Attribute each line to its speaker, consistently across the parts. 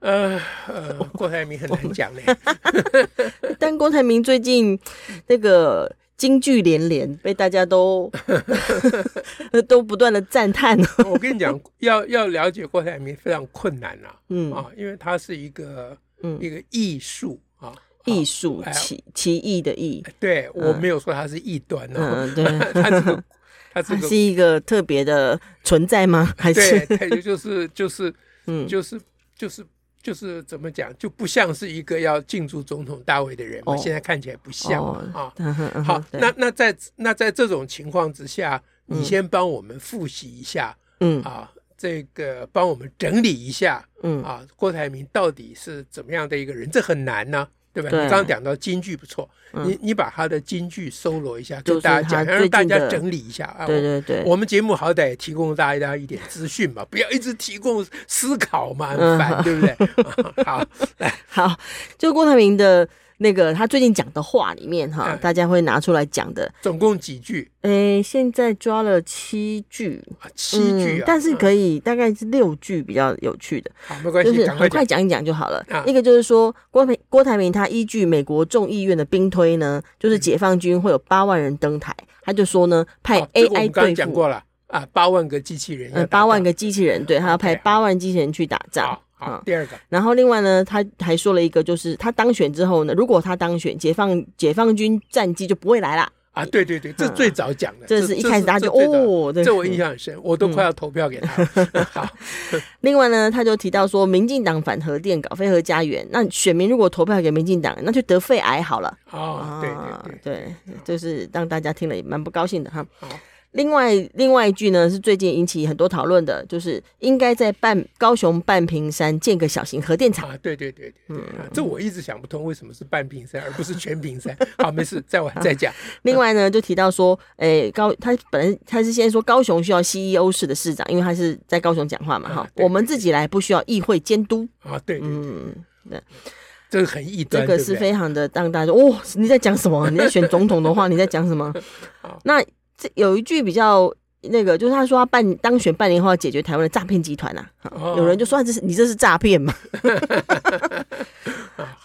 Speaker 1: 呃， 呃郭台铭很难讲嘞。
Speaker 2: 但郭台铭最近那个金句连连，被大家都 都不断的赞叹。哦
Speaker 1: 我跟你讲，要要了解郭台铭非常困难啊，
Speaker 2: 嗯
Speaker 1: 啊，因为他是一个
Speaker 2: 嗯
Speaker 1: 一个艺术啊，
Speaker 2: 艺
Speaker 1: 术。
Speaker 2: 术
Speaker 1: 哎
Speaker 2: 奇奇异的异，
Speaker 1: 对我没有说他是异端啊，
Speaker 2: 嗯，对，
Speaker 1: 他这个 他这
Speaker 2: 它
Speaker 1: 个
Speaker 2: 是一个特别的存在吗？还
Speaker 1: 对，
Speaker 2: 是
Speaker 1: 他就是就是
Speaker 2: 嗯
Speaker 1: 就是就是就是怎么讲，就不像是一个要进驻总统大位的人嘛，
Speaker 2: 哦
Speaker 1: 现在看起来不像嘛啊。
Speaker 2: 嗯哼嗯哼
Speaker 1: 好，
Speaker 2: 对
Speaker 1: 那那在那在这种情况之下，你
Speaker 2: 嗯
Speaker 1: 先帮我们复习一下
Speaker 2: 嗯
Speaker 1: 啊，这个帮我们整理一下
Speaker 2: 嗯
Speaker 1: 啊，郭台铭到底是怎么样的一个人？这很难呢、对吧？
Speaker 2: 对
Speaker 1: 你刚刚讲到金句不错，
Speaker 2: 嗯
Speaker 1: 你你把他的金句搜罗一下，
Speaker 2: 就是
Speaker 1: 跟大家讲，
Speaker 2: 他
Speaker 1: 让
Speaker 2: 最
Speaker 1: 大
Speaker 2: 近的
Speaker 1: 家整理一下啊。
Speaker 2: 对
Speaker 1: 我
Speaker 2: 对对，
Speaker 1: 我们节目好歹也提供大家一点资讯 嘛，不要一直提供思考嘛，很烦，
Speaker 2: 嗯
Speaker 1: 对不对？ 好，
Speaker 2: 好，就郭台铭的那个他最近讲的话里面哈，
Speaker 1: 嗯
Speaker 2: 大家会拿出来讲的。
Speaker 1: 总共几句
Speaker 2: 诶，现在抓了七句，
Speaker 1: 啊？七句啊
Speaker 2: 嗯，，但是
Speaker 1: 嗯
Speaker 2: 可以大概是六句比较有趣的，
Speaker 1: 好，没关
Speaker 2: 就
Speaker 1: 系，
Speaker 2: 是
Speaker 1: 赶
Speaker 2: 很
Speaker 1: 快
Speaker 2: 快
Speaker 1: 讲。
Speaker 2: 讲一讲就好了
Speaker 1: 啊。
Speaker 2: 一个就是说，郭台郭台铭他依据美国众议院的兵推呢，
Speaker 1: 嗯
Speaker 2: 就是解放军会有八万人登台，他就说呢，派
Speaker 1: 哦好这个我
Speaker 2: AI
Speaker 1: 们刚刚
Speaker 2: 对
Speaker 1: 讲
Speaker 2: 付。
Speaker 1: 过了啊，八万个机器人要
Speaker 2: 呃，
Speaker 1: 打
Speaker 2: 八万
Speaker 1: 仗
Speaker 2: 个机器人，对，他要派
Speaker 1: OK，好
Speaker 2: 八万机器人去打仗。
Speaker 1: 好好
Speaker 2: 嗯，
Speaker 1: 第二个
Speaker 2: 然后另外呢，他还说了一个，就是他当选之后呢，如果他当选，解放解放军战机就不会来啦。
Speaker 1: 啊，对对对，这
Speaker 2: 嗯
Speaker 1: 最早讲的，
Speaker 2: 这是一开始大家就
Speaker 1: 这最早
Speaker 2: 哦，嗯对
Speaker 1: 这我印。象很深，我都快要投票给他了。好，
Speaker 2: 另外呢，他就提到说，民进党反核电搞非核家园，那选民如果投票给民进党，那就得肺癌好了。啊
Speaker 1: 哦，对对对，
Speaker 2: 对就是让大家听了也蛮不高兴的哈。
Speaker 1: 好，
Speaker 2: 另外另外一句呢，是最近引起很多讨论的，就是应该在半高雄半屏山建个小型核电厂。
Speaker 1: 啊，对对对对
Speaker 2: 嗯
Speaker 1: 对，啊这我一直想不通，为什么是半屏山而不是全屏山？好，没事，再我
Speaker 2: 嗯
Speaker 1: 再讲。
Speaker 2: 另外呢，就提到说，诶、高他本来他是先说高雄需要 CEO 式的市长，因为他是在高雄讲话嘛，
Speaker 1: 啊
Speaker 2: 哈、
Speaker 1: 对
Speaker 2: 我们自己来不需要议会监督，
Speaker 1: 啊，对对，
Speaker 2: 嗯，
Speaker 1: 这个很异
Speaker 2: 这
Speaker 1: 端，
Speaker 2: 个
Speaker 1: 对不
Speaker 2: 是
Speaker 1: 对
Speaker 2: 非常的让大家说哇、你在讲什 么？你在选总统的话，你在讲什么
Speaker 1: 好？
Speaker 2: 那这有一句比较那个，就是他说他办当选半年后要解决台湾的诈骗集团啊，哈
Speaker 1: 哦
Speaker 2: 有人就说啊这是你这是诈骗 嘛。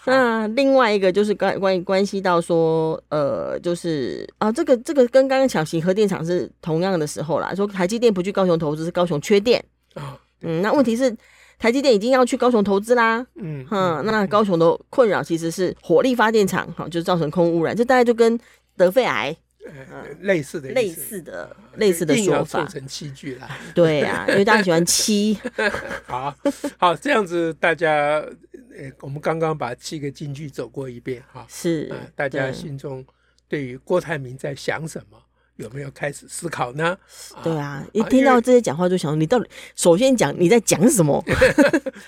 Speaker 2: 那另外一个就是关关关系到说，呃，就是啊，这个这个跟刚刚小型核电厂是同样的时候啦，说台积电不去高雄投资是高雄缺电，
Speaker 1: 啊，
Speaker 2: 嗯，那问题是台积电已经要去高雄投资啦，
Speaker 1: 嗯，
Speaker 2: 哈、那高雄的困扰其实是火力发电厂，哈、就造成空污染，这大概就跟得肺癌
Speaker 1: 呃类似的意思
Speaker 2: 类似的类似的
Speaker 1: 硬
Speaker 2: 说
Speaker 1: 要凑
Speaker 2: 法，
Speaker 1: 成七句啦。
Speaker 2: 对啊，因为大家喜 欢七，
Speaker 1: 好 好，这样子大家，呃，我们刚刚把七个金句走过一遍哈，
Speaker 2: 是
Speaker 1: 啊，大家
Speaker 2: 对
Speaker 1: 心中对于郭台铭在想什么，有没有开始思考呢？
Speaker 2: 对啊，一
Speaker 1: 啊
Speaker 2: 听
Speaker 1: 因
Speaker 2: 到
Speaker 1: 为
Speaker 2: 这些讲话就想，你到底首先讲你在讲什 么？？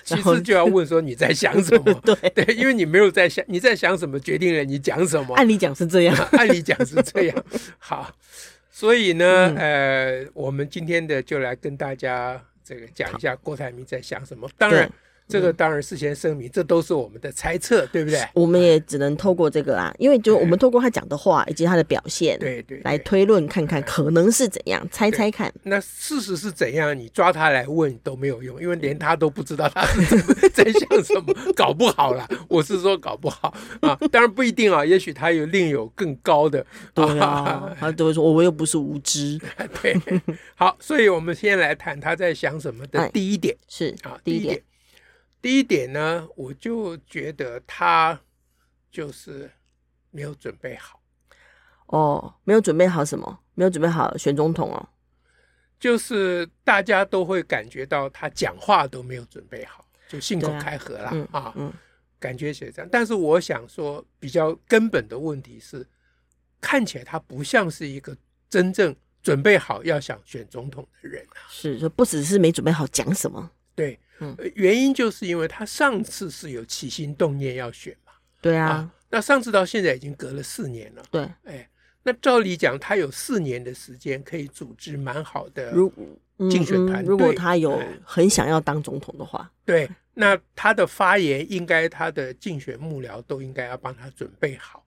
Speaker 1: 其次就要问说你在想什么
Speaker 2: 对，
Speaker 1: 对，因为你没有在想，你在想什么决定了你讲什么。
Speaker 2: 按理讲是这 样，
Speaker 1: 按理讲是这 样，好，所以呢，
Speaker 2: 嗯
Speaker 1: 呃，我们今天的就来跟大家这个讲一下郭台铭在想什么。当然
Speaker 2: 对，嗯
Speaker 1: 这个当然事先声明，这都是我们的猜测，对不对？
Speaker 2: 我们也只能透过这个啦，因为就我们透过他讲的话以及他的表现，
Speaker 1: 对对
Speaker 2: 来
Speaker 1: 对。
Speaker 2: 推论看看可能是怎样，猜猜看。
Speaker 1: 那事实是怎样？你抓他来问都没有用，因为连他都不知道他是 怎么在想什么，搞不好啦。我是说搞不好啊，当然不一定啊，也许他有另有更高的。
Speaker 2: 对啊，他就会说，我又不是无知，
Speaker 1: 啊 对，好，所以我们先来谈他在想什么的
Speaker 2: 哎
Speaker 1: 第一点。
Speaker 2: 是
Speaker 1: 啊，
Speaker 2: 第一
Speaker 1: 第一
Speaker 2: 点
Speaker 1: 点，，第一点呢，我就觉得他就是没有准备好，
Speaker 2: 哦，没有准备好什么，没有准备好选总统哦，
Speaker 1: 就是大家都会感觉到他讲话都没有准备好，就信口
Speaker 2: 对啊
Speaker 1: 开河啦
Speaker 2: 嗯
Speaker 1: 啊
Speaker 2: 嗯
Speaker 1: 感觉写这样。但是我想说，比较根本的问题是，看起来他不像是一个真正准备好要想选总统的人啊。
Speaker 2: 是说不只是没准备好讲什么，
Speaker 1: 对，
Speaker 2: 嗯
Speaker 1: 呃原因就是因为他上次是有起心动念要选嘛，
Speaker 2: 对啊
Speaker 1: 啊，那上次到现在已经隔了四年了，
Speaker 2: 对，
Speaker 1: 哎，那照理讲他有四年的时间可以组织蛮好的，
Speaker 2: 如嗯
Speaker 1: 竞选团啊
Speaker 2: 嗯如果
Speaker 1: 队
Speaker 2: 他有
Speaker 1: 哎
Speaker 2: 很想要当总统的话，
Speaker 1: 对，那他的发言应该他的竞选幕僚都应该要帮他准备好。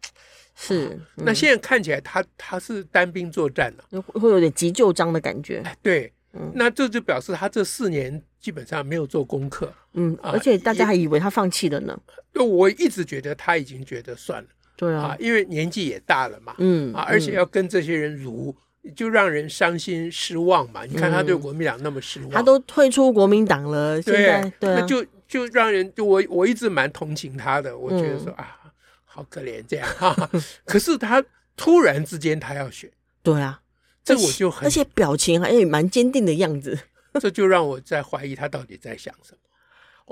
Speaker 2: 是嗯
Speaker 1: 那现在看起来他他是单兵作战了、
Speaker 2: 在会有点急救章的感觉，
Speaker 1: 哎，对
Speaker 2: 嗯，
Speaker 1: 那这就表示他这四年基本上没有做功课。
Speaker 2: 嗯，
Speaker 1: 啊
Speaker 2: 而且大
Speaker 1: 也
Speaker 2: 家还以为他放弃了呢，
Speaker 1: 就我一直觉得他已经觉得算了
Speaker 2: 对
Speaker 1: 啊
Speaker 2: 啊，，
Speaker 1: 因为年纪也大了嘛，
Speaker 2: 嗯
Speaker 1: 啊，而且
Speaker 2: 嗯
Speaker 1: 要跟这些人如，就让人伤心失望嘛。你看他对
Speaker 2: 嗯
Speaker 1: 国民党那么失望，
Speaker 2: 他都退出国民党了，现在
Speaker 1: 对，
Speaker 2: 对
Speaker 1: 那
Speaker 2: 啊，
Speaker 1: 就就让人就我我一直蛮同情他的，我觉得
Speaker 2: 嗯
Speaker 1: 说、啊，好可怜这样哈、哈可是他突然之间他要选，
Speaker 2: 对啊，
Speaker 1: 这
Speaker 2: 而且
Speaker 1: 我就很
Speaker 2: 而，且表情还也哎蛮坚定的样子。
Speaker 1: 这就让我在怀疑他到底在想什么，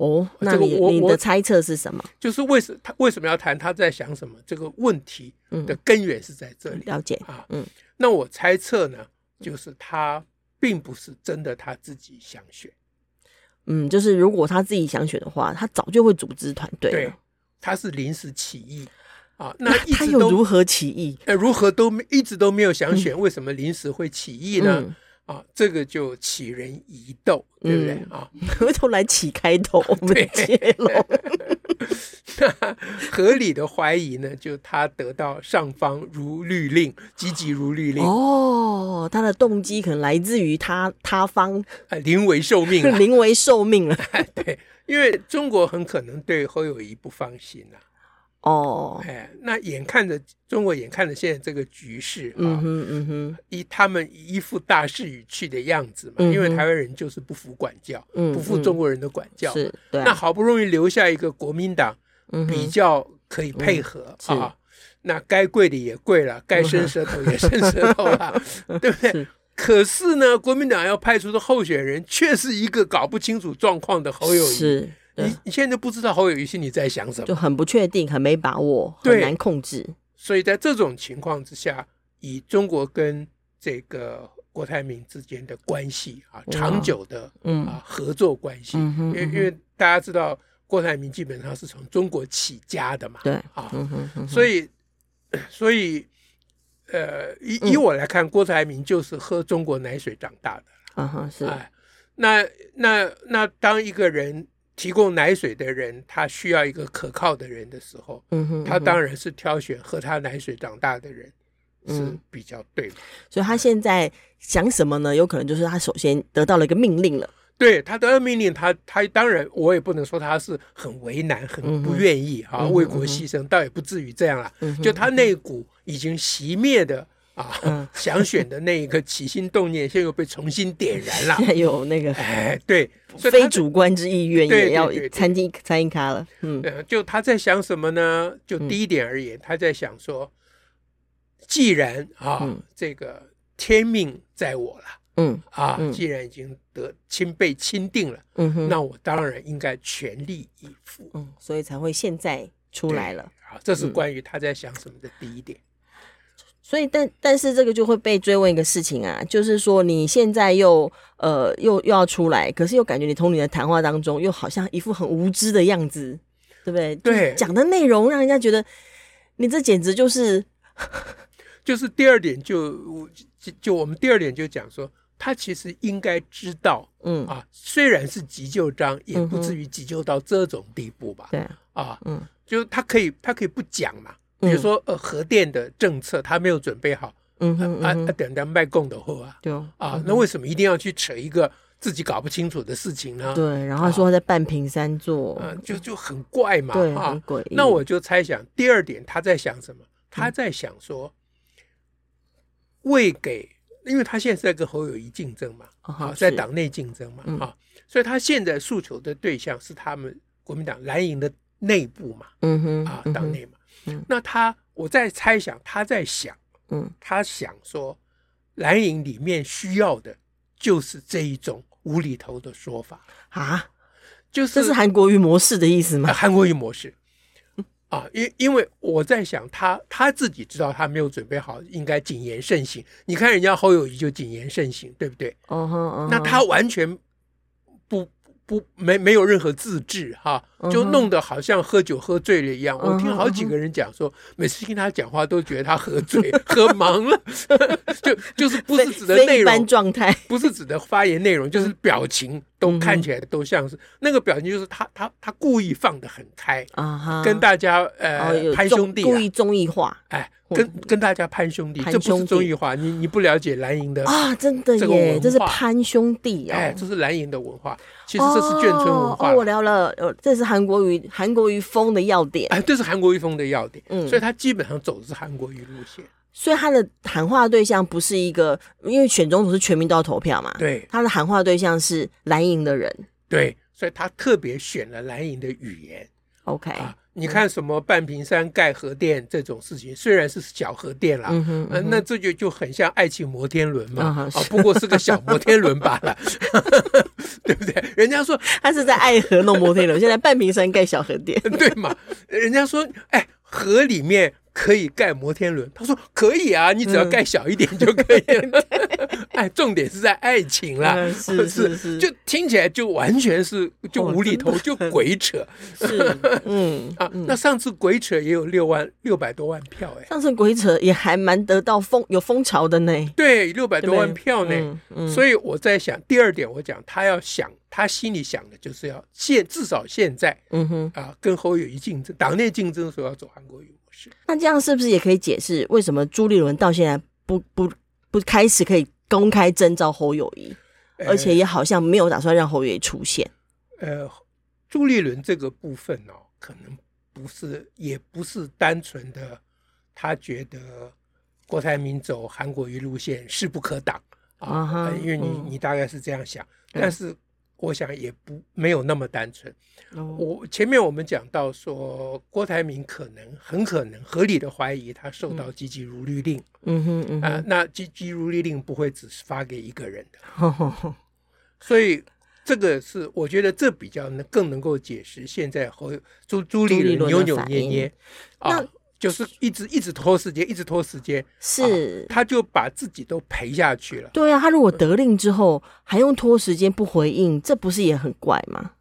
Speaker 2: 哦，那
Speaker 1: 啊这个
Speaker 2: 你
Speaker 1: 我
Speaker 2: 你
Speaker 1: 我
Speaker 2: 的猜测是什么？
Speaker 1: 就是为什他为什么要谈他在想什么这个问题
Speaker 2: 嗯
Speaker 1: 的根源是在这里。
Speaker 2: 了解，
Speaker 1: 啊，
Speaker 2: 嗯，
Speaker 1: 那我猜测呢，就是他并不是真的他自己想选，
Speaker 2: 嗯，就是如果他自己想选的话，他早就会组织团队
Speaker 1: 对
Speaker 2: 了。，
Speaker 1: 他是临时起意啊，
Speaker 2: 啊那
Speaker 1: 那一
Speaker 2: 他
Speaker 1: 直
Speaker 2: 又
Speaker 1: 都
Speaker 2: 如何起义？
Speaker 1: 呃如何都没一直都没有想选，为什么临时会起意呢？
Speaker 2: 嗯，
Speaker 1: 啊，这个就起人疑窦，对不对
Speaker 2: 嗯
Speaker 1: 啊？
Speaker 2: 回头来起开 头，我们接龙。
Speaker 1: 那啊 合理的怀疑呢，就他得到上方如律令，积极如律令，
Speaker 2: 哦，他的动机可能来自于他他方
Speaker 1: 呃临危受命啊，
Speaker 2: 临危受命了。
Speaker 1: 因为中国很可能对侯友谊不放心啊。
Speaker 2: 哦，
Speaker 1: 哎，那眼看着中国眼看着现在这个局势
Speaker 2: 嗯
Speaker 1: 啊，
Speaker 2: 哼嗯哼，
Speaker 1: 一他们一副大势已去的样子嘛，
Speaker 2: 嗯哼
Speaker 1: 因为台湾人就是不服管教，
Speaker 2: 嗯
Speaker 1: 不服中国人的管教。
Speaker 2: 是，对
Speaker 1: 那
Speaker 2: 啊，
Speaker 1: 好不容易留下一个国民党
Speaker 2: 嗯
Speaker 1: 比
Speaker 2: 哼，
Speaker 1: 较可以配合、
Speaker 2: 是嗯
Speaker 1: 啊，那该跪的也跪了，该伸舌头也伸舌头 了，对不对
Speaker 2: 是？
Speaker 1: 可是呢，国民党要派出的候选人却是一个搞不清楚状况的侯友谊。
Speaker 2: 是，对
Speaker 1: 你，你现在都不知道侯友谊心里在想什么。
Speaker 2: 就很不确定，很没把握，很
Speaker 1: 对
Speaker 2: 难控制。
Speaker 1: 所以在这种情况之下，以中国跟这个郭台铭之间的关系啊，长久的啊、
Speaker 2: 嗯
Speaker 1: 合作关系，
Speaker 2: 嗯哼
Speaker 1: 因为
Speaker 2: 嗯哼
Speaker 1: 因为大家知道郭台铭基本上是从中国起家的嘛，
Speaker 2: 对，
Speaker 1: 啊，
Speaker 2: 嗯哼嗯哼，
Speaker 1: 所以 所以呃，以
Speaker 2: 嗯
Speaker 1: 以我来看，郭台铭就是喝中国奶水长大的，
Speaker 2: 啊哈是，
Speaker 1: 哎，那那那当一个人提供奶水的人，他需要一个可靠的人的时候，
Speaker 2: 嗯哼，
Speaker 1: 他
Speaker 2: 嗯哼
Speaker 1: 当然是挑选喝他奶水长大的人是
Speaker 2: 嗯
Speaker 1: 比较对的。
Speaker 2: 所以他现在想什么呢？有可能就是他首先得到了一个命令了，
Speaker 1: 对他得到命令，他他当然我也不能说他是很为难、
Speaker 2: 嗯
Speaker 1: 很
Speaker 2: 哼
Speaker 1: 不愿意
Speaker 2: 嗯
Speaker 1: 啊，
Speaker 2: 哼
Speaker 1: 为国牺牲，倒也不至于这样了。
Speaker 2: 嗯哼
Speaker 1: 就他那股已经熄灭的啊，
Speaker 2: 嗯
Speaker 1: 想选的那一个起心动念，现在又被重新点燃了
Speaker 2: 现。在有那个
Speaker 1: 哎，对，所以他
Speaker 2: 非
Speaker 1: 在
Speaker 2: 主观之意愿
Speaker 1: 对对
Speaker 2: 也要
Speaker 1: 对对
Speaker 2: 参进参与咖了，嗯
Speaker 1: 呃，就他在想什么呢？就第一点而言，他在想说，既然啊，
Speaker 2: 嗯
Speaker 1: 这个天命在我了
Speaker 2: 嗯
Speaker 1: 啊，
Speaker 2: 嗯
Speaker 1: 既然已经得亲被钦定了，
Speaker 2: 嗯哼，
Speaker 1: 那我当然应该全力以赴
Speaker 2: 嗯，所以才会现在出来了。
Speaker 1: 啊。这是
Speaker 2: 嗯
Speaker 1: 关于他在想什么的第一点。
Speaker 2: 所以但但是这个就会被追问一个事情啊，就是说你现在又呃又又要出来，可是又感觉你从你的谈话当中又好像一副很无知的样子，对不对？就是
Speaker 1: 对
Speaker 2: 讲的内容让人家觉得你这简直就是
Speaker 1: 就是第二点就，就就我们第二点就讲说，他其实应该知道
Speaker 2: 嗯
Speaker 1: 啊，虽然是急救章，也
Speaker 2: 嗯
Speaker 1: 不
Speaker 2: 哼
Speaker 1: 至于急救到这种地步吧？
Speaker 2: 对
Speaker 1: 啊，
Speaker 2: 嗯
Speaker 1: 就是他可以他可以不讲嘛。比如说，呃，核电的政策他没有准备好，
Speaker 2: 嗯
Speaker 1: 啊
Speaker 2: 哼
Speaker 1: 啊
Speaker 2: 嗯
Speaker 1: 啊
Speaker 2: 哼，嗯
Speaker 1: 等等卖供的货啊
Speaker 2: 对
Speaker 1: 啊，那为什么一定要去扯一个自己搞不清楚的事情呢？
Speaker 2: 对，然后他说他在半屏山做，
Speaker 1: 嗯，就就很怪啊嘛
Speaker 2: 对，
Speaker 1: 啊
Speaker 2: 很。诡异。
Speaker 1: 那我就猜想，第二点他在想什么？
Speaker 2: 嗯
Speaker 1: 他在想说，为给，因为他现在是在跟侯友谊竞争嘛，
Speaker 2: 哦
Speaker 1: 啊，
Speaker 2: 是
Speaker 1: 在党内竞争嘛
Speaker 2: 嗯，
Speaker 1: 啊，所以他现在诉求的对象是他们国民党蓝营的内部嘛，
Speaker 2: 嗯哼
Speaker 1: 啊，
Speaker 2: 嗯
Speaker 1: 党
Speaker 2: 哼
Speaker 1: 内嘛
Speaker 2: 嗯。
Speaker 1: 那他，我在猜想，他在想，
Speaker 2: 嗯
Speaker 1: 他想说，蓝营里面需要的就是这一种无厘头的说法，
Speaker 2: 啊，
Speaker 1: 就是
Speaker 2: 这是韩国瑜模式的意思
Speaker 1: 啊
Speaker 2: 吗？
Speaker 1: 韩国瑜模式。啊，因因为我在想他他自己知道他没有准备好，应该谨言慎行。你看
Speaker 2: 哦
Speaker 1: 人家侯友谊就谨言慎行，对不对？
Speaker 2: 哦哼，嗯哼
Speaker 1: 那他完全不不没没有任何自制哈，
Speaker 2: 嗯
Speaker 1: 就
Speaker 2: 哼
Speaker 1: 弄得好像喝酒喝醉了一样。我听
Speaker 2: 嗯哼
Speaker 1: 好几个人讲说，每次听他讲话都觉得他喝醉、 喝盲了，就就是不是指的
Speaker 2: 非非
Speaker 1: 内
Speaker 2: 一般
Speaker 1: 容，
Speaker 2: 状嗯态，
Speaker 1: 不是指的发言内容，就是表情都看起来都像是那个表情，就是他他他故意放得很开，
Speaker 2: 啊哈，
Speaker 1: 跟大家
Speaker 2: 哦
Speaker 1: 呃
Speaker 2: 有
Speaker 1: 拍
Speaker 2: 综
Speaker 1: 兄弟啊
Speaker 2: 故意综艺化
Speaker 1: 哎，
Speaker 2: 或
Speaker 1: 跟跟大家攀兄弟，
Speaker 2: 攀
Speaker 1: 这不是
Speaker 2: 兄弟
Speaker 1: 综艺化，你你不了解蓝营的，
Speaker 2: 啊，真的
Speaker 1: 这个文
Speaker 2: 耶，这是
Speaker 1: 化
Speaker 2: 潘兄弟哦。
Speaker 1: 哎，这是蓝营的文化，其实这是眷村文化
Speaker 2: 哦。哦，我
Speaker 1: 了，
Speaker 2: 聊了，呃，这是韩国瑜韩国瑜风的要点，
Speaker 1: 哎，这是韩国瑜风的要点，
Speaker 2: 嗯
Speaker 1: 所以他基本上走的是韩国瑜路线，
Speaker 2: 所以他的喊话对象不是一个，因为选总统是全民都要投票嘛，，
Speaker 1: 对
Speaker 2: 他的喊话对象是蓝营的人
Speaker 1: 对，所以他特别选了蓝营的语言
Speaker 2: ，OK，
Speaker 1: 啊，你看什么半屏山盖核电这种事情，虽然是小核电啦，
Speaker 2: 嗯哼，嗯
Speaker 1: 呃，那这就就很像爱情摩天轮嘛，
Speaker 2: 嗯
Speaker 1: 啊、
Speaker 2: 是
Speaker 1: 不过是个小摩天轮罢了， 对不对？人家说
Speaker 2: 他是在爱河弄摩天轮，现在半屏山盖小河 店，
Speaker 1: 对嘛？人家说，哎，河里面可以盖摩天轮，他说可以啊，你只
Speaker 2: 嗯
Speaker 1: 要盖小一点就可以 了。 哎，重点是在爱情啦，
Speaker 2: 嗯是 是是
Speaker 1: 就听起来就完全是就无厘头，就鬼扯
Speaker 2: 是，嗯，
Speaker 1: 啊！那上次鬼扯也有六万六百多万票哎，
Speaker 2: 上次鬼扯也还蛮得到风有风潮的呢，
Speaker 1: 对，六百多万票呢。
Speaker 2: 嗯嗯，
Speaker 1: 所以我在想，第二点，我讲他要想，他心里想的就是要现，至少现在
Speaker 2: 嗯哼，
Speaker 1: 啊、跟侯友谊竞争，党内竞争的时候要走韩国瑜模式。
Speaker 2: 那这样是不是也可以解释为什么朱立伦到现在不不不开始可以公开征召侯友谊，
Speaker 1: 呃
Speaker 2: 而且也好像没有打算让侯友谊出现，
Speaker 1: 呃，朱立伦这个部分哦，可能不是，也不是单纯的他觉得郭台铭走韩国瑜路线势不可挡
Speaker 2: 啊哈
Speaker 1: 呃因为你、
Speaker 2: 嗯
Speaker 1: 你大概是这样想，
Speaker 2: 嗯
Speaker 1: 但是我想也不没有那么单纯。我前面我们讲到说，郭台铭可能很可能合理的怀疑他受到积极如律令
Speaker 2: 嗯哼嗯
Speaker 1: 啊、
Speaker 2: 哼
Speaker 1: 那积极如律令不会只是发给一个人的，
Speaker 2: 吼吼吼，
Speaker 1: 所以这个是我觉得这比较能更能够解释现在侯朱朱立
Speaker 2: 朱立
Speaker 1: 伦
Speaker 2: 伦的
Speaker 1: 扭扭
Speaker 2: 反
Speaker 1: 捏
Speaker 2: 应
Speaker 1: 捏啊
Speaker 2: 那，
Speaker 1: 就是一直一直拖时间，一直拖时间，
Speaker 2: 是。
Speaker 1: 他就把自己都赔下去了。
Speaker 2: 对啊，他如果得令之后还用拖时间不回应，这不是也很怪吗？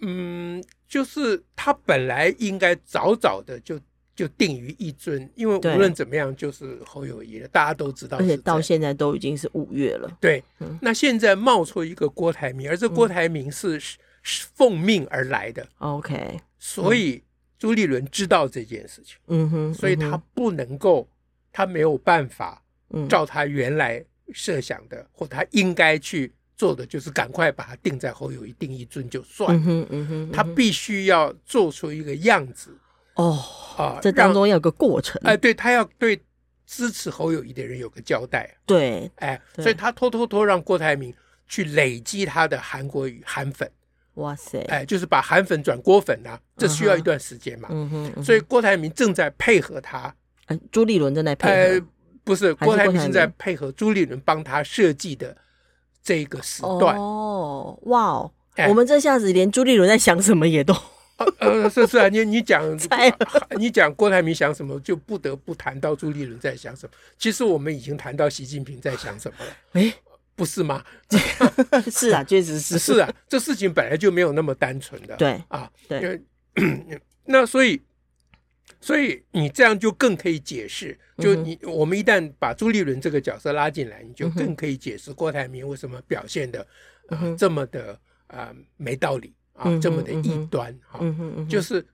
Speaker 1: 嗯，就是他本来应该早早的就就定于一尊，因为
Speaker 2: 对
Speaker 1: 无论怎么样就是侯友谊了，大家都知道
Speaker 2: 而
Speaker 1: 是这样。
Speaker 2: 且到现在都已经是五月了，
Speaker 1: 对
Speaker 2: 嗯，
Speaker 1: 那现在冒出一个郭台铭，而这郭台铭是是是奉命而来的，
Speaker 2: OK，
Speaker 1: 所以朱立伦知道这件事情，
Speaker 2: 嗯哼，
Speaker 1: 所以
Speaker 2: 嗯
Speaker 1: 他
Speaker 2: 哼
Speaker 1: 不能够，他没有办法
Speaker 2: 嗯
Speaker 1: 照他原来设想的，或他应该去做的，就是赶快把它定在侯友谊定一尊就
Speaker 2: 嗯
Speaker 1: 算了。
Speaker 2: 哼嗯哼，
Speaker 1: 他
Speaker 2: 嗯哼
Speaker 1: 必须要做出一个样子
Speaker 2: 哦，
Speaker 1: 啊，
Speaker 2: 这当
Speaker 1: 让
Speaker 2: 中要有个过程，
Speaker 1: 哎，对他要对支持侯友谊的人有个交代，
Speaker 2: 对，
Speaker 1: 哎，
Speaker 2: 对
Speaker 1: 所以他偷偷偷让郭台铭去累积他的韩国语韩粉，
Speaker 2: 哇塞，
Speaker 1: 哎，就是把韩粉转郭粉啊，这需要
Speaker 2: 嗯
Speaker 1: 一
Speaker 2: 哼
Speaker 1: 段时间嘛，
Speaker 2: 嗯哼，嗯
Speaker 1: 所以郭台铭正在配合他，
Speaker 2: 哼呃朱立伦正在配
Speaker 1: 呃
Speaker 2: 合，，
Speaker 1: 不是
Speaker 2: 还是
Speaker 1: 郭台
Speaker 2: 郭
Speaker 1: 铭
Speaker 2: 台
Speaker 1: 正在
Speaker 2: 铭
Speaker 1: 配合朱立伦帮他设计的这个时段，
Speaker 2: 哦，哇哦
Speaker 1: 哎，
Speaker 2: 我们这下子连朱立伦在想什么也都
Speaker 1: 呃呃，是是啊，你你讲
Speaker 2: 猜
Speaker 1: 你讲郭台铭想什么，就不得不谈到朱立伦在想什么。其实我们已经谈到习近平在想什么了，
Speaker 2: 哎，
Speaker 1: 不 是吗？
Speaker 2: 是啊，确实是
Speaker 1: 只是啊，这事情本来就没有那么单纯的。
Speaker 2: 对
Speaker 1: 啊，
Speaker 2: 对
Speaker 1: 因为 那所以，所以你这样就更可以解释，
Speaker 2: 嗯
Speaker 1: 就
Speaker 2: 哼
Speaker 1: 你、我们一旦把朱立伦这个角色拉进来，你就
Speaker 2: 嗯哼
Speaker 1: 更可以解释郭台铭为什么表现的、
Speaker 2: 嗯
Speaker 1: 呃
Speaker 2: 哼
Speaker 1: 这么的啊、呃没道理啊，
Speaker 2: 嗯哼
Speaker 1: 这么的
Speaker 2: 嗯
Speaker 1: 异
Speaker 2: 哼
Speaker 1: 端哈。
Speaker 2: 嗯哼嗯哼，
Speaker 1: 就是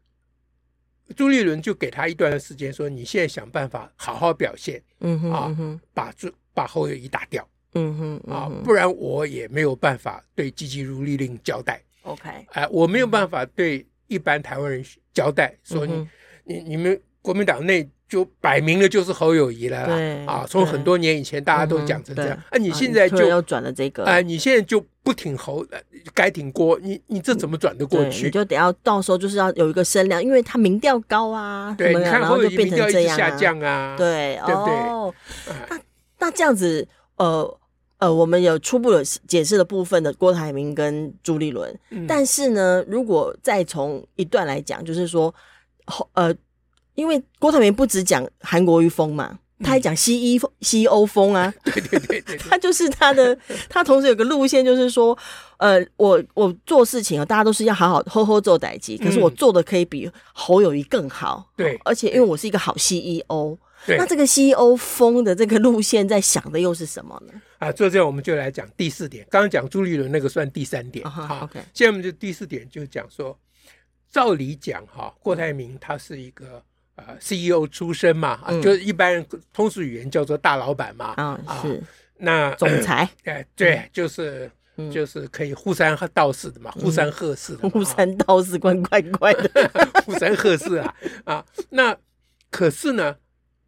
Speaker 1: 朱立伦就给他一段时间，说你现在想办法好好表现，
Speaker 2: 嗯哼
Speaker 1: 啊
Speaker 2: 嗯哼
Speaker 1: 把朱把侯友谊打掉
Speaker 2: 嗯哼嗯
Speaker 1: 啊，
Speaker 2: 哼
Speaker 1: 不然我也没有办法对积极如律令交代，
Speaker 2: ，OK，
Speaker 1: 哎、我没有办法对一般台湾人交代，说你、
Speaker 2: 嗯哼
Speaker 1: 你你们国民党内。就摆明了就是侯友谊了
Speaker 2: 对
Speaker 1: 啦，啊，从
Speaker 2: 对
Speaker 1: 很多年以前大家都讲成这样
Speaker 2: 嗯，
Speaker 1: 啊，你现在
Speaker 2: 突然
Speaker 1: 就
Speaker 2: 又转了这个，
Speaker 1: 啊，你现在就不挺侯，呃该挺郭，你你这怎么转得过
Speaker 2: 对
Speaker 1: 去
Speaker 2: 你？就得要到时候就是要有一个声量，因为他民调高啊，
Speaker 1: 对，
Speaker 2: 什么
Speaker 1: 你
Speaker 2: 的
Speaker 1: 看
Speaker 2: 然后
Speaker 1: 侯
Speaker 2: 就
Speaker 1: 友谊
Speaker 2: 变
Speaker 1: 民
Speaker 2: 成
Speaker 1: 调一
Speaker 2: 这
Speaker 1: 直
Speaker 2: 样、
Speaker 1: 下
Speaker 2: 啊，
Speaker 1: 降啊，
Speaker 2: 对，
Speaker 1: 对不对
Speaker 2: 哦，
Speaker 1: 哎
Speaker 2: 那那这样子，呃呃，我们有初步的解释的部分的郭台铭跟朱立伦，
Speaker 1: 嗯
Speaker 2: 但是呢，如果再从一段来讲，就是说，后呃，因为郭台铭不只讲韩国瑜风嘛，
Speaker 1: 嗯
Speaker 2: 他还讲西医风、西欧风啊，
Speaker 1: 对对对对对，
Speaker 2: 他就是他 的，他同时有个路线，就是说，呃，我我做事情啊，大家都是要好好呵呵做代机，可是我
Speaker 1: 嗯
Speaker 2: 做的可以比侯友谊更好。
Speaker 1: 对
Speaker 2: 而且因为我是一个好 CEO，
Speaker 1: 对
Speaker 2: 那这个 CEO 风的这个路线在想的又是什么呢？
Speaker 1: 啊，坐这样我们就来讲第四点。刚刚讲朱立伦那个算第三点，
Speaker 2: 啊哈
Speaker 1: 好
Speaker 2: OK
Speaker 1: 现在我们就第四点就讲说，照理讲哈、郭台铭他是一个呃 CEO 出身嘛，啊
Speaker 2: 嗯
Speaker 1: 就是一般人通俗语言叫做大老板嘛，
Speaker 2: 啊，是
Speaker 1: 那
Speaker 2: 总 裁
Speaker 1: 哎对，就是。
Speaker 2: 嗯
Speaker 1: 就是可以呼三道四的嘛，呼三喝 四的嘛，
Speaker 2: 巫
Speaker 1: 啊
Speaker 2: 山道士官怪怪 的，
Speaker 1: 虎山鹤市啊 啊，那可是呢，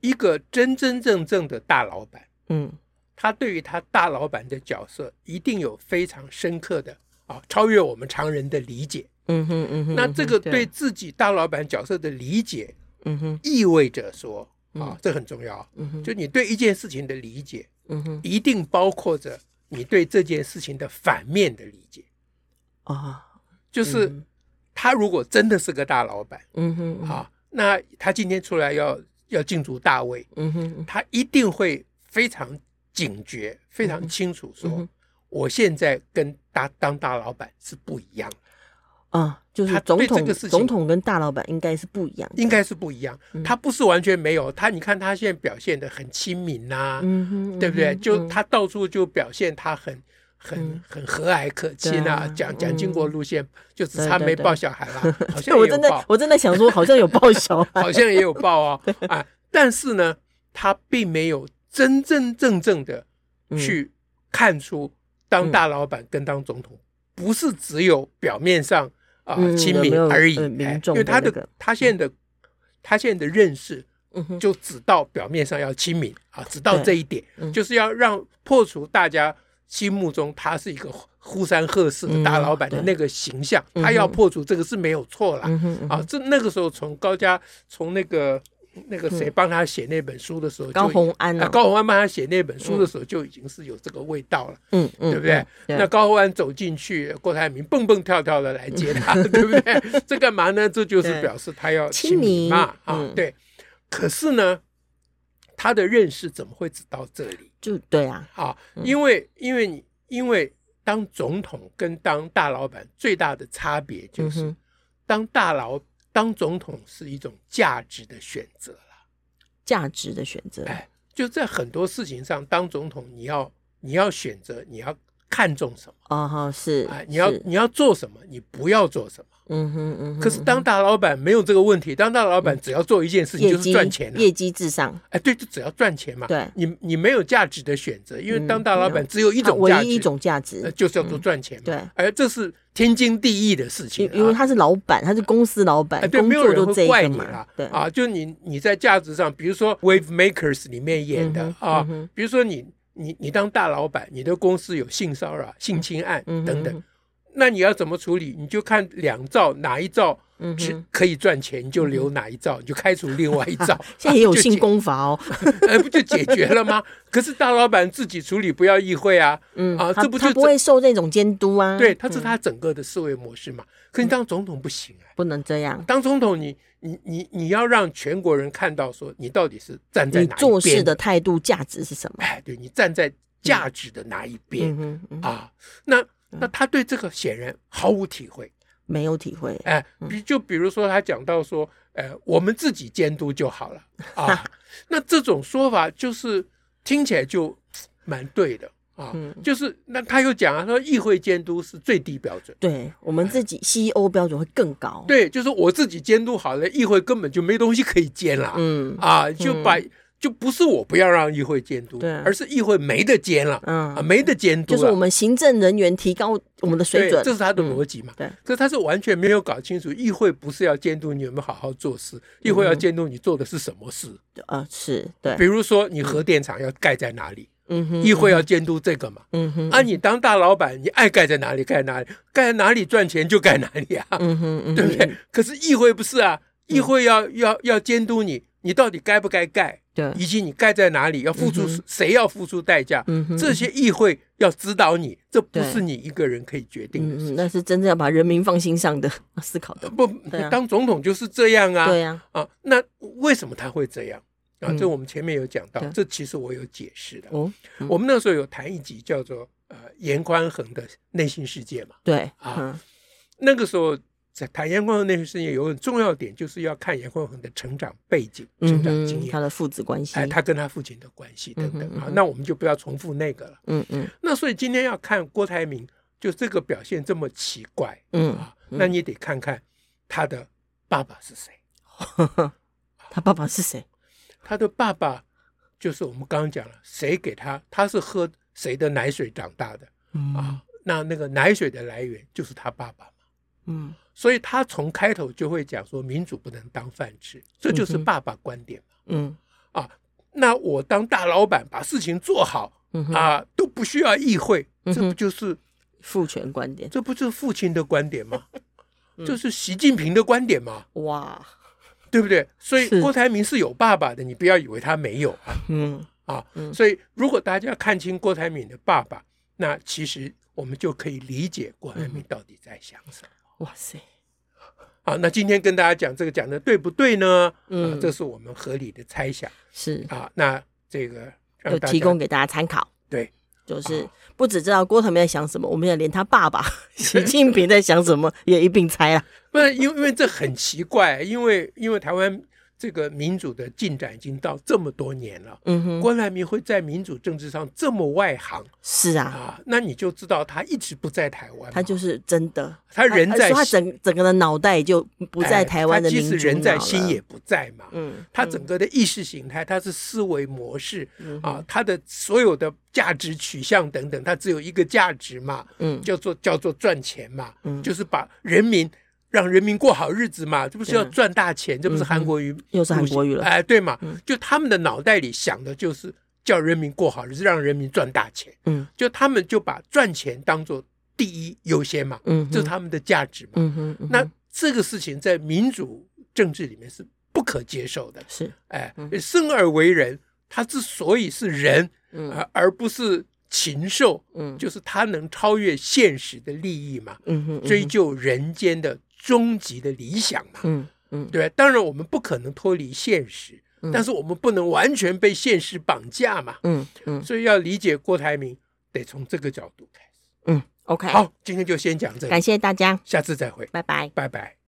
Speaker 1: 一个真真正正的大老板，
Speaker 2: 嗯
Speaker 1: 他对于他大老板的角色一定有非常深刻的啊，超越我们常人的理解。
Speaker 2: 嗯哼嗯哼，
Speaker 1: 那这个
Speaker 2: 嗯哼
Speaker 1: 对，自己大老板角色的理解，
Speaker 2: 嗯哼
Speaker 1: 意味着说啊
Speaker 2: 嗯，
Speaker 1: 这很重要，
Speaker 2: 嗯哼
Speaker 1: 就你对一件事情的理解，
Speaker 2: 嗯哼
Speaker 1: 一定包括着你对这件事情的反面的理解，
Speaker 2: 啊，
Speaker 1: 就是
Speaker 2: 嗯
Speaker 1: 他如果真的是个大老板。
Speaker 2: 嗯哼嗯哼
Speaker 1: 啊，那他今天出来要要竞逐大位，
Speaker 2: 嗯哼
Speaker 1: 他一定会非常警觉、非常清楚
Speaker 2: 嗯
Speaker 1: 说，
Speaker 2: 哼
Speaker 1: 我现在跟大当大老板是不一样的，
Speaker 2: 啊，就是
Speaker 1: 他
Speaker 2: 总
Speaker 1: 对这
Speaker 2: 统
Speaker 1: 个事情
Speaker 2: 总统跟大老板应该是不一样的，
Speaker 1: 应该是不一样。
Speaker 2: 嗯
Speaker 1: 他不是完全没有他，你看他现在表现的很亲民呐、
Speaker 2: 嗯哼，
Speaker 1: 对不对？
Speaker 2: 嗯哼
Speaker 1: 就
Speaker 2: 嗯
Speaker 1: 他到处就表现他很。很
Speaker 2: 嗯
Speaker 1: 很和蔼可亲
Speaker 2: 对
Speaker 1: 啊，
Speaker 2: 啊
Speaker 1: 讲讲经国
Speaker 2: 嗯
Speaker 1: 路线就只
Speaker 2: 对
Speaker 1: 差
Speaker 2: 对
Speaker 1: 没
Speaker 2: 对
Speaker 1: 抱小孩了，好
Speaker 2: 对，
Speaker 1: 像
Speaker 2: 我
Speaker 1: 也有
Speaker 2: 真
Speaker 1: 抱
Speaker 2: 的，我真的想说，好像有报啊小孩，
Speaker 1: 好像也有 报哦啊，但是呢，他并没有真真正正的
Speaker 2: 嗯
Speaker 1: 去看出当大老板跟当总统不是只有表面上啊
Speaker 2: 嗯
Speaker 1: 亲
Speaker 2: 有
Speaker 1: 民
Speaker 2: 没有
Speaker 1: 而已，
Speaker 2: 呃
Speaker 1: 哎
Speaker 2: 民
Speaker 1: 因
Speaker 2: 众
Speaker 1: 为
Speaker 2: 的
Speaker 1: 他
Speaker 2: 那
Speaker 1: 的
Speaker 2: 个
Speaker 1: 他现在的他现在的认识
Speaker 2: 嗯哼，
Speaker 1: 就只到表面上要亲民啊，只到
Speaker 2: 对
Speaker 1: 这一点，
Speaker 2: 嗯
Speaker 1: 就是要让破除大家心目中他是一个呼山喝四的大
Speaker 2: 嗯
Speaker 1: 老板的
Speaker 2: 对
Speaker 1: 那个形象，
Speaker 2: 嗯
Speaker 1: 他要
Speaker 2: 哼
Speaker 1: 破除这个是没有错啦。
Speaker 2: 嗯哼嗯哼
Speaker 1: 啊，这那个时候从高家从那个那个谁帮他写那本书的时候
Speaker 2: 嗯
Speaker 1: 就已，
Speaker 2: 高红安
Speaker 1: 啊
Speaker 2: 啊，
Speaker 1: 高洪安帮他写那本书的时候就已经是有这个味道了，
Speaker 2: 嗯嗯，
Speaker 1: 对不对？
Speaker 2: 嗯
Speaker 1: 那高洪安走进去，郭台铭蹦蹦跳跳的来接他， 对不对？这干嘛呢？这就是
Speaker 2: 对
Speaker 1: 表示他要
Speaker 2: 亲
Speaker 1: 亲民
Speaker 2: 民
Speaker 1: 嘛，啊，
Speaker 2: 嗯
Speaker 1: 对。可是呢，他的认识怎么会只到这里
Speaker 2: 就对啊，
Speaker 1: 啊？因为因为你因为当总统跟当大老板最大的差别就
Speaker 2: 嗯
Speaker 1: 是。
Speaker 2: 哼，
Speaker 1: 当大佬、当总统是一种价值的选择了。
Speaker 2: 价值的选择，
Speaker 1: 哎，就在很多事情上，当总统你要你要选择，你要看重什么
Speaker 2: 哦哈是
Speaker 1: 啊？，你要
Speaker 2: 是
Speaker 1: 你要做什么，你不要做什么。
Speaker 2: 嗯哼嗯哼，嗯
Speaker 1: 可是当大老板没有这个问题，当大老板只要做一件事情
Speaker 2: 业
Speaker 1: 就是
Speaker 2: 绩
Speaker 1: 赚钱、啊。
Speaker 2: 业绩至上，
Speaker 1: 哎，对，就只要赚钱嘛。
Speaker 2: 对
Speaker 1: 你你没有价值的选择，因为
Speaker 2: 嗯
Speaker 1: 当大老
Speaker 2: 没
Speaker 1: 板
Speaker 2: 有
Speaker 1: 只有一
Speaker 2: 它
Speaker 1: 种
Speaker 2: 唯
Speaker 1: 价值，
Speaker 2: 一一种价
Speaker 1: 呃
Speaker 2: 值，
Speaker 1: 就是要做赚钱嘛。
Speaker 2: 嗯对
Speaker 1: 哎，这是天经地义的事情、
Speaker 2: 因
Speaker 1: 啊。
Speaker 2: 因为他是老板，他是公司老板
Speaker 1: 哎，，对，
Speaker 2: 工
Speaker 1: 没有
Speaker 2: 作
Speaker 1: 人
Speaker 2: 就这一
Speaker 1: 会怪
Speaker 2: 个
Speaker 1: 你
Speaker 2: 嘛
Speaker 1: 啦，。
Speaker 2: 对，
Speaker 1: 啊，就你你在价值上，比如说《Wave Makers》里面演的
Speaker 2: 嗯哼
Speaker 1: 啊
Speaker 2: 嗯哼，
Speaker 1: 比如说你你你当大老板，你的公司有性骚扰、性侵案
Speaker 2: 嗯哼
Speaker 1: 等等
Speaker 2: 嗯，
Speaker 1: 那你要怎么处理？你就看两兆哪一兆
Speaker 2: 嗯
Speaker 1: 只
Speaker 2: 哼，。
Speaker 1: 可以赚钱，你就留哪一兆，你就开除另外一兆
Speaker 2: 现在也有
Speaker 1: 就
Speaker 2: 性
Speaker 1: 解，
Speaker 2: 功法哦，
Speaker 1: 哎，不就解决了吗？可是大老板自己处理，不要议会啊，
Speaker 2: 嗯
Speaker 1: 啊，
Speaker 2: 他
Speaker 1: 这不就
Speaker 2: 他不会受那种监督啊，
Speaker 1: 对，他是
Speaker 2: 嗯
Speaker 1: 他整个的思维模式嘛。可你当总统不行啊。
Speaker 2: 不能这样，
Speaker 1: 当总统你，你你你要让全国人看到，说你到底是站在
Speaker 2: 你
Speaker 1: 哪一边
Speaker 2: 做事的，态度价值是什么？
Speaker 1: 哎，对你站在价值的哪一边、
Speaker 2: 嗯哼嗯，
Speaker 1: 啊？那那他对这个显然毫无体会，
Speaker 2: 没有体会，
Speaker 1: 哎，比就比如说他讲到说，呃，我们自己监督就好了 啊。那这种说法就是听起来就蛮对的啊，
Speaker 2: 嗯
Speaker 1: 就是那他又讲啊，说议会监督是最低标准。
Speaker 2: 对我们自己 CEO 标准会更高。，
Speaker 1: 哎对，就是我自己监督好了，议会根本就没东西可以监了。
Speaker 2: 嗯
Speaker 1: 啊，就把、就不是我不要让议会监督
Speaker 2: 对，
Speaker 1: 而是议会没得监了、啊，
Speaker 2: 嗯，
Speaker 1: 没得监督
Speaker 2: 就
Speaker 1: 了，
Speaker 2: 是我们行政人员提高我们的水准
Speaker 1: 对，这，是他的
Speaker 2: 嗯
Speaker 1: 逻辑嘛。
Speaker 2: 对
Speaker 1: 可是他是完全没有搞清楚，议会不是要监督你有没有好好做事，议会要监督你做的是什么事。
Speaker 2: 呃，是嗯对
Speaker 1: 比，如说，你核电厂要盖在哪里，
Speaker 2: 嗯哼，
Speaker 1: 议会要监督这个嘛。
Speaker 2: 嗯哼，
Speaker 1: 啊，你当大老板，你爱盖在哪里盖在哪里，盖在哪里赚钱就盖哪里啊，
Speaker 2: 嗯哼，嗯哼，嗯
Speaker 1: 对不对？可是议会不是啊，议会要要要监督你，你到底该不该盖，
Speaker 2: 对，
Speaker 1: 以及你盖在哪里，要付出、谁要付出代价，
Speaker 2: 嗯哼，
Speaker 1: 这些议会要指导你，这不
Speaker 2: 对
Speaker 1: 是你一个人可以决定的
Speaker 2: 嗯
Speaker 1: 事。
Speaker 2: 嗯，那是真正要把人民放心上的思考的，
Speaker 1: 不，
Speaker 2: 对啊
Speaker 1: 当总统就是这样啊
Speaker 2: 对呀，
Speaker 1: 啊！那为什么他会这样啊，
Speaker 2: 嗯
Speaker 1: 这我们前面有讲到
Speaker 2: 对，
Speaker 1: 这其实我有解释的。
Speaker 2: 哦，嗯
Speaker 1: 我们那时候有谈一集叫做呃严宽恒的内心世界嘛，
Speaker 2: 对，
Speaker 1: 啊
Speaker 2: 嗯，
Speaker 1: 那个时候在谈严宽恒内心世界有很重要的点，就是要看严宽恒的成长背景、成
Speaker 2: 嗯
Speaker 1: 长经
Speaker 2: 哼，
Speaker 1: 验，
Speaker 2: 他的父子关系，
Speaker 1: 哎，他跟他父亲的关系等等
Speaker 2: 嗯哼嗯
Speaker 1: 啊
Speaker 2: 哼。
Speaker 1: 那我们就不要重复那个了。
Speaker 2: 嗯 嗯
Speaker 1: 那所以今天要看郭台铭，就这个表现这么奇怪
Speaker 2: 嗯，
Speaker 1: 啊，那你得看看他的爸爸是谁。啊
Speaker 2: 他爸爸是谁？
Speaker 1: 他的爸爸就是我们刚刚讲了，谁给他？他是喝谁的奶水长大的
Speaker 2: 嗯
Speaker 1: 啊？那那个奶水的来源就是他爸爸嘛。
Speaker 2: 嗯
Speaker 1: 所以他从开头就会讲说，民主不能当饭吃，这就是
Speaker 2: 嗯哼
Speaker 1: 爸爸观点嘛
Speaker 2: 嗯
Speaker 1: 啊。那我当大老板，把事情做好
Speaker 2: 嗯哼，
Speaker 1: 啊，都不需要议会，这
Speaker 2: 嗯哼
Speaker 1: 不就是
Speaker 2: 父权观点，
Speaker 1: 这不就是父亲的观点吗？
Speaker 2: 嗯
Speaker 1: 这是习近平的观点嘛，
Speaker 2: 哇，
Speaker 1: 对不对？所以
Speaker 2: 是
Speaker 1: 郭台铭是有爸爸的，你不要以为他没有啊。
Speaker 2: 嗯
Speaker 1: 啊，
Speaker 2: 嗯
Speaker 1: 所以如果大家看清郭台铭的爸爸，那其实我们就可以理解郭台
Speaker 2: 嗯
Speaker 1: 铭到底在想什么。
Speaker 2: 哇塞，
Speaker 1: 啊，那今天跟大家讲这个讲的对不对呢？啊
Speaker 2: 嗯，
Speaker 1: 这是我们合理的猜想
Speaker 2: 是
Speaker 1: 啊。那这个让
Speaker 2: 有
Speaker 1: 大家
Speaker 2: 提供给大家参考。
Speaker 1: 对，
Speaker 2: 就是
Speaker 1: 啊
Speaker 2: 不只知道郭台铭在想什么，我们也连他爸 爸习近平在想什么也一并猜了。啊
Speaker 1: 不然因为因为这很奇怪，因为因为台湾这个民主的进展已经到这么多年了，
Speaker 2: 嗯哼，
Speaker 1: 郭台铭会在民主政治上这么外行
Speaker 2: 是啊，
Speaker 1: 啊，那你就知道他一直不在台湾嘛，
Speaker 2: 他就是真的，
Speaker 1: 他人在
Speaker 2: 说他整整个的脑袋就不在
Speaker 1: 哎
Speaker 2: 台湾的
Speaker 1: 他
Speaker 2: 民
Speaker 1: 即
Speaker 2: 主
Speaker 1: 使人在
Speaker 2: 脑
Speaker 1: 心
Speaker 2: 了
Speaker 1: 也，不在嘛。
Speaker 2: 嗯，
Speaker 1: 他整个的意识形态，他是思维模式
Speaker 2: 嗯
Speaker 1: 啊，他的所有的价值取向等等，他只有一个价值嘛，
Speaker 2: 嗯
Speaker 1: 叫做叫做赚钱嘛，
Speaker 2: 嗯
Speaker 1: 就是把人民让人民过好日子嘛，这不是要
Speaker 2: 对
Speaker 1: 赚大钱，这不是
Speaker 2: 嗯哼
Speaker 1: 韩国语，
Speaker 2: 又是韩国语了
Speaker 1: 哎，对嘛
Speaker 2: 嗯，
Speaker 1: 就他们的脑袋里想的就是叫人民过好日子，让人民赚大钱，
Speaker 2: 嗯
Speaker 1: 就他们就把赚钱当做第一优先嘛，
Speaker 2: 嗯，
Speaker 1: 这是哎他们的价值嘛，
Speaker 2: 嗯哼，嗯哼
Speaker 1: 那这个事情在民主政治里面是不可接受的。
Speaker 2: 是
Speaker 1: 哎，生而为人，他之所以是人，
Speaker 2: 嗯
Speaker 1: 而而不是禽兽，
Speaker 2: 嗯
Speaker 1: 就是他能超越现实的利益嘛，
Speaker 2: 嗯哼
Speaker 1: 追究人间的终极的理想嘛，
Speaker 2: 嗯嗯
Speaker 1: 对吧？当然，我们不可能脱离现实
Speaker 2: 嗯，
Speaker 1: 但是我们不能完全被现实绑架嘛。
Speaker 2: 嗯嗯
Speaker 1: 所以要理解郭台铭，得从这个角度开始。
Speaker 2: 嗯，OK，
Speaker 1: 好，今天就先讲这里，
Speaker 2: 感谢大家，
Speaker 1: 下次再会，
Speaker 2: 拜拜。
Speaker 1: 拜拜。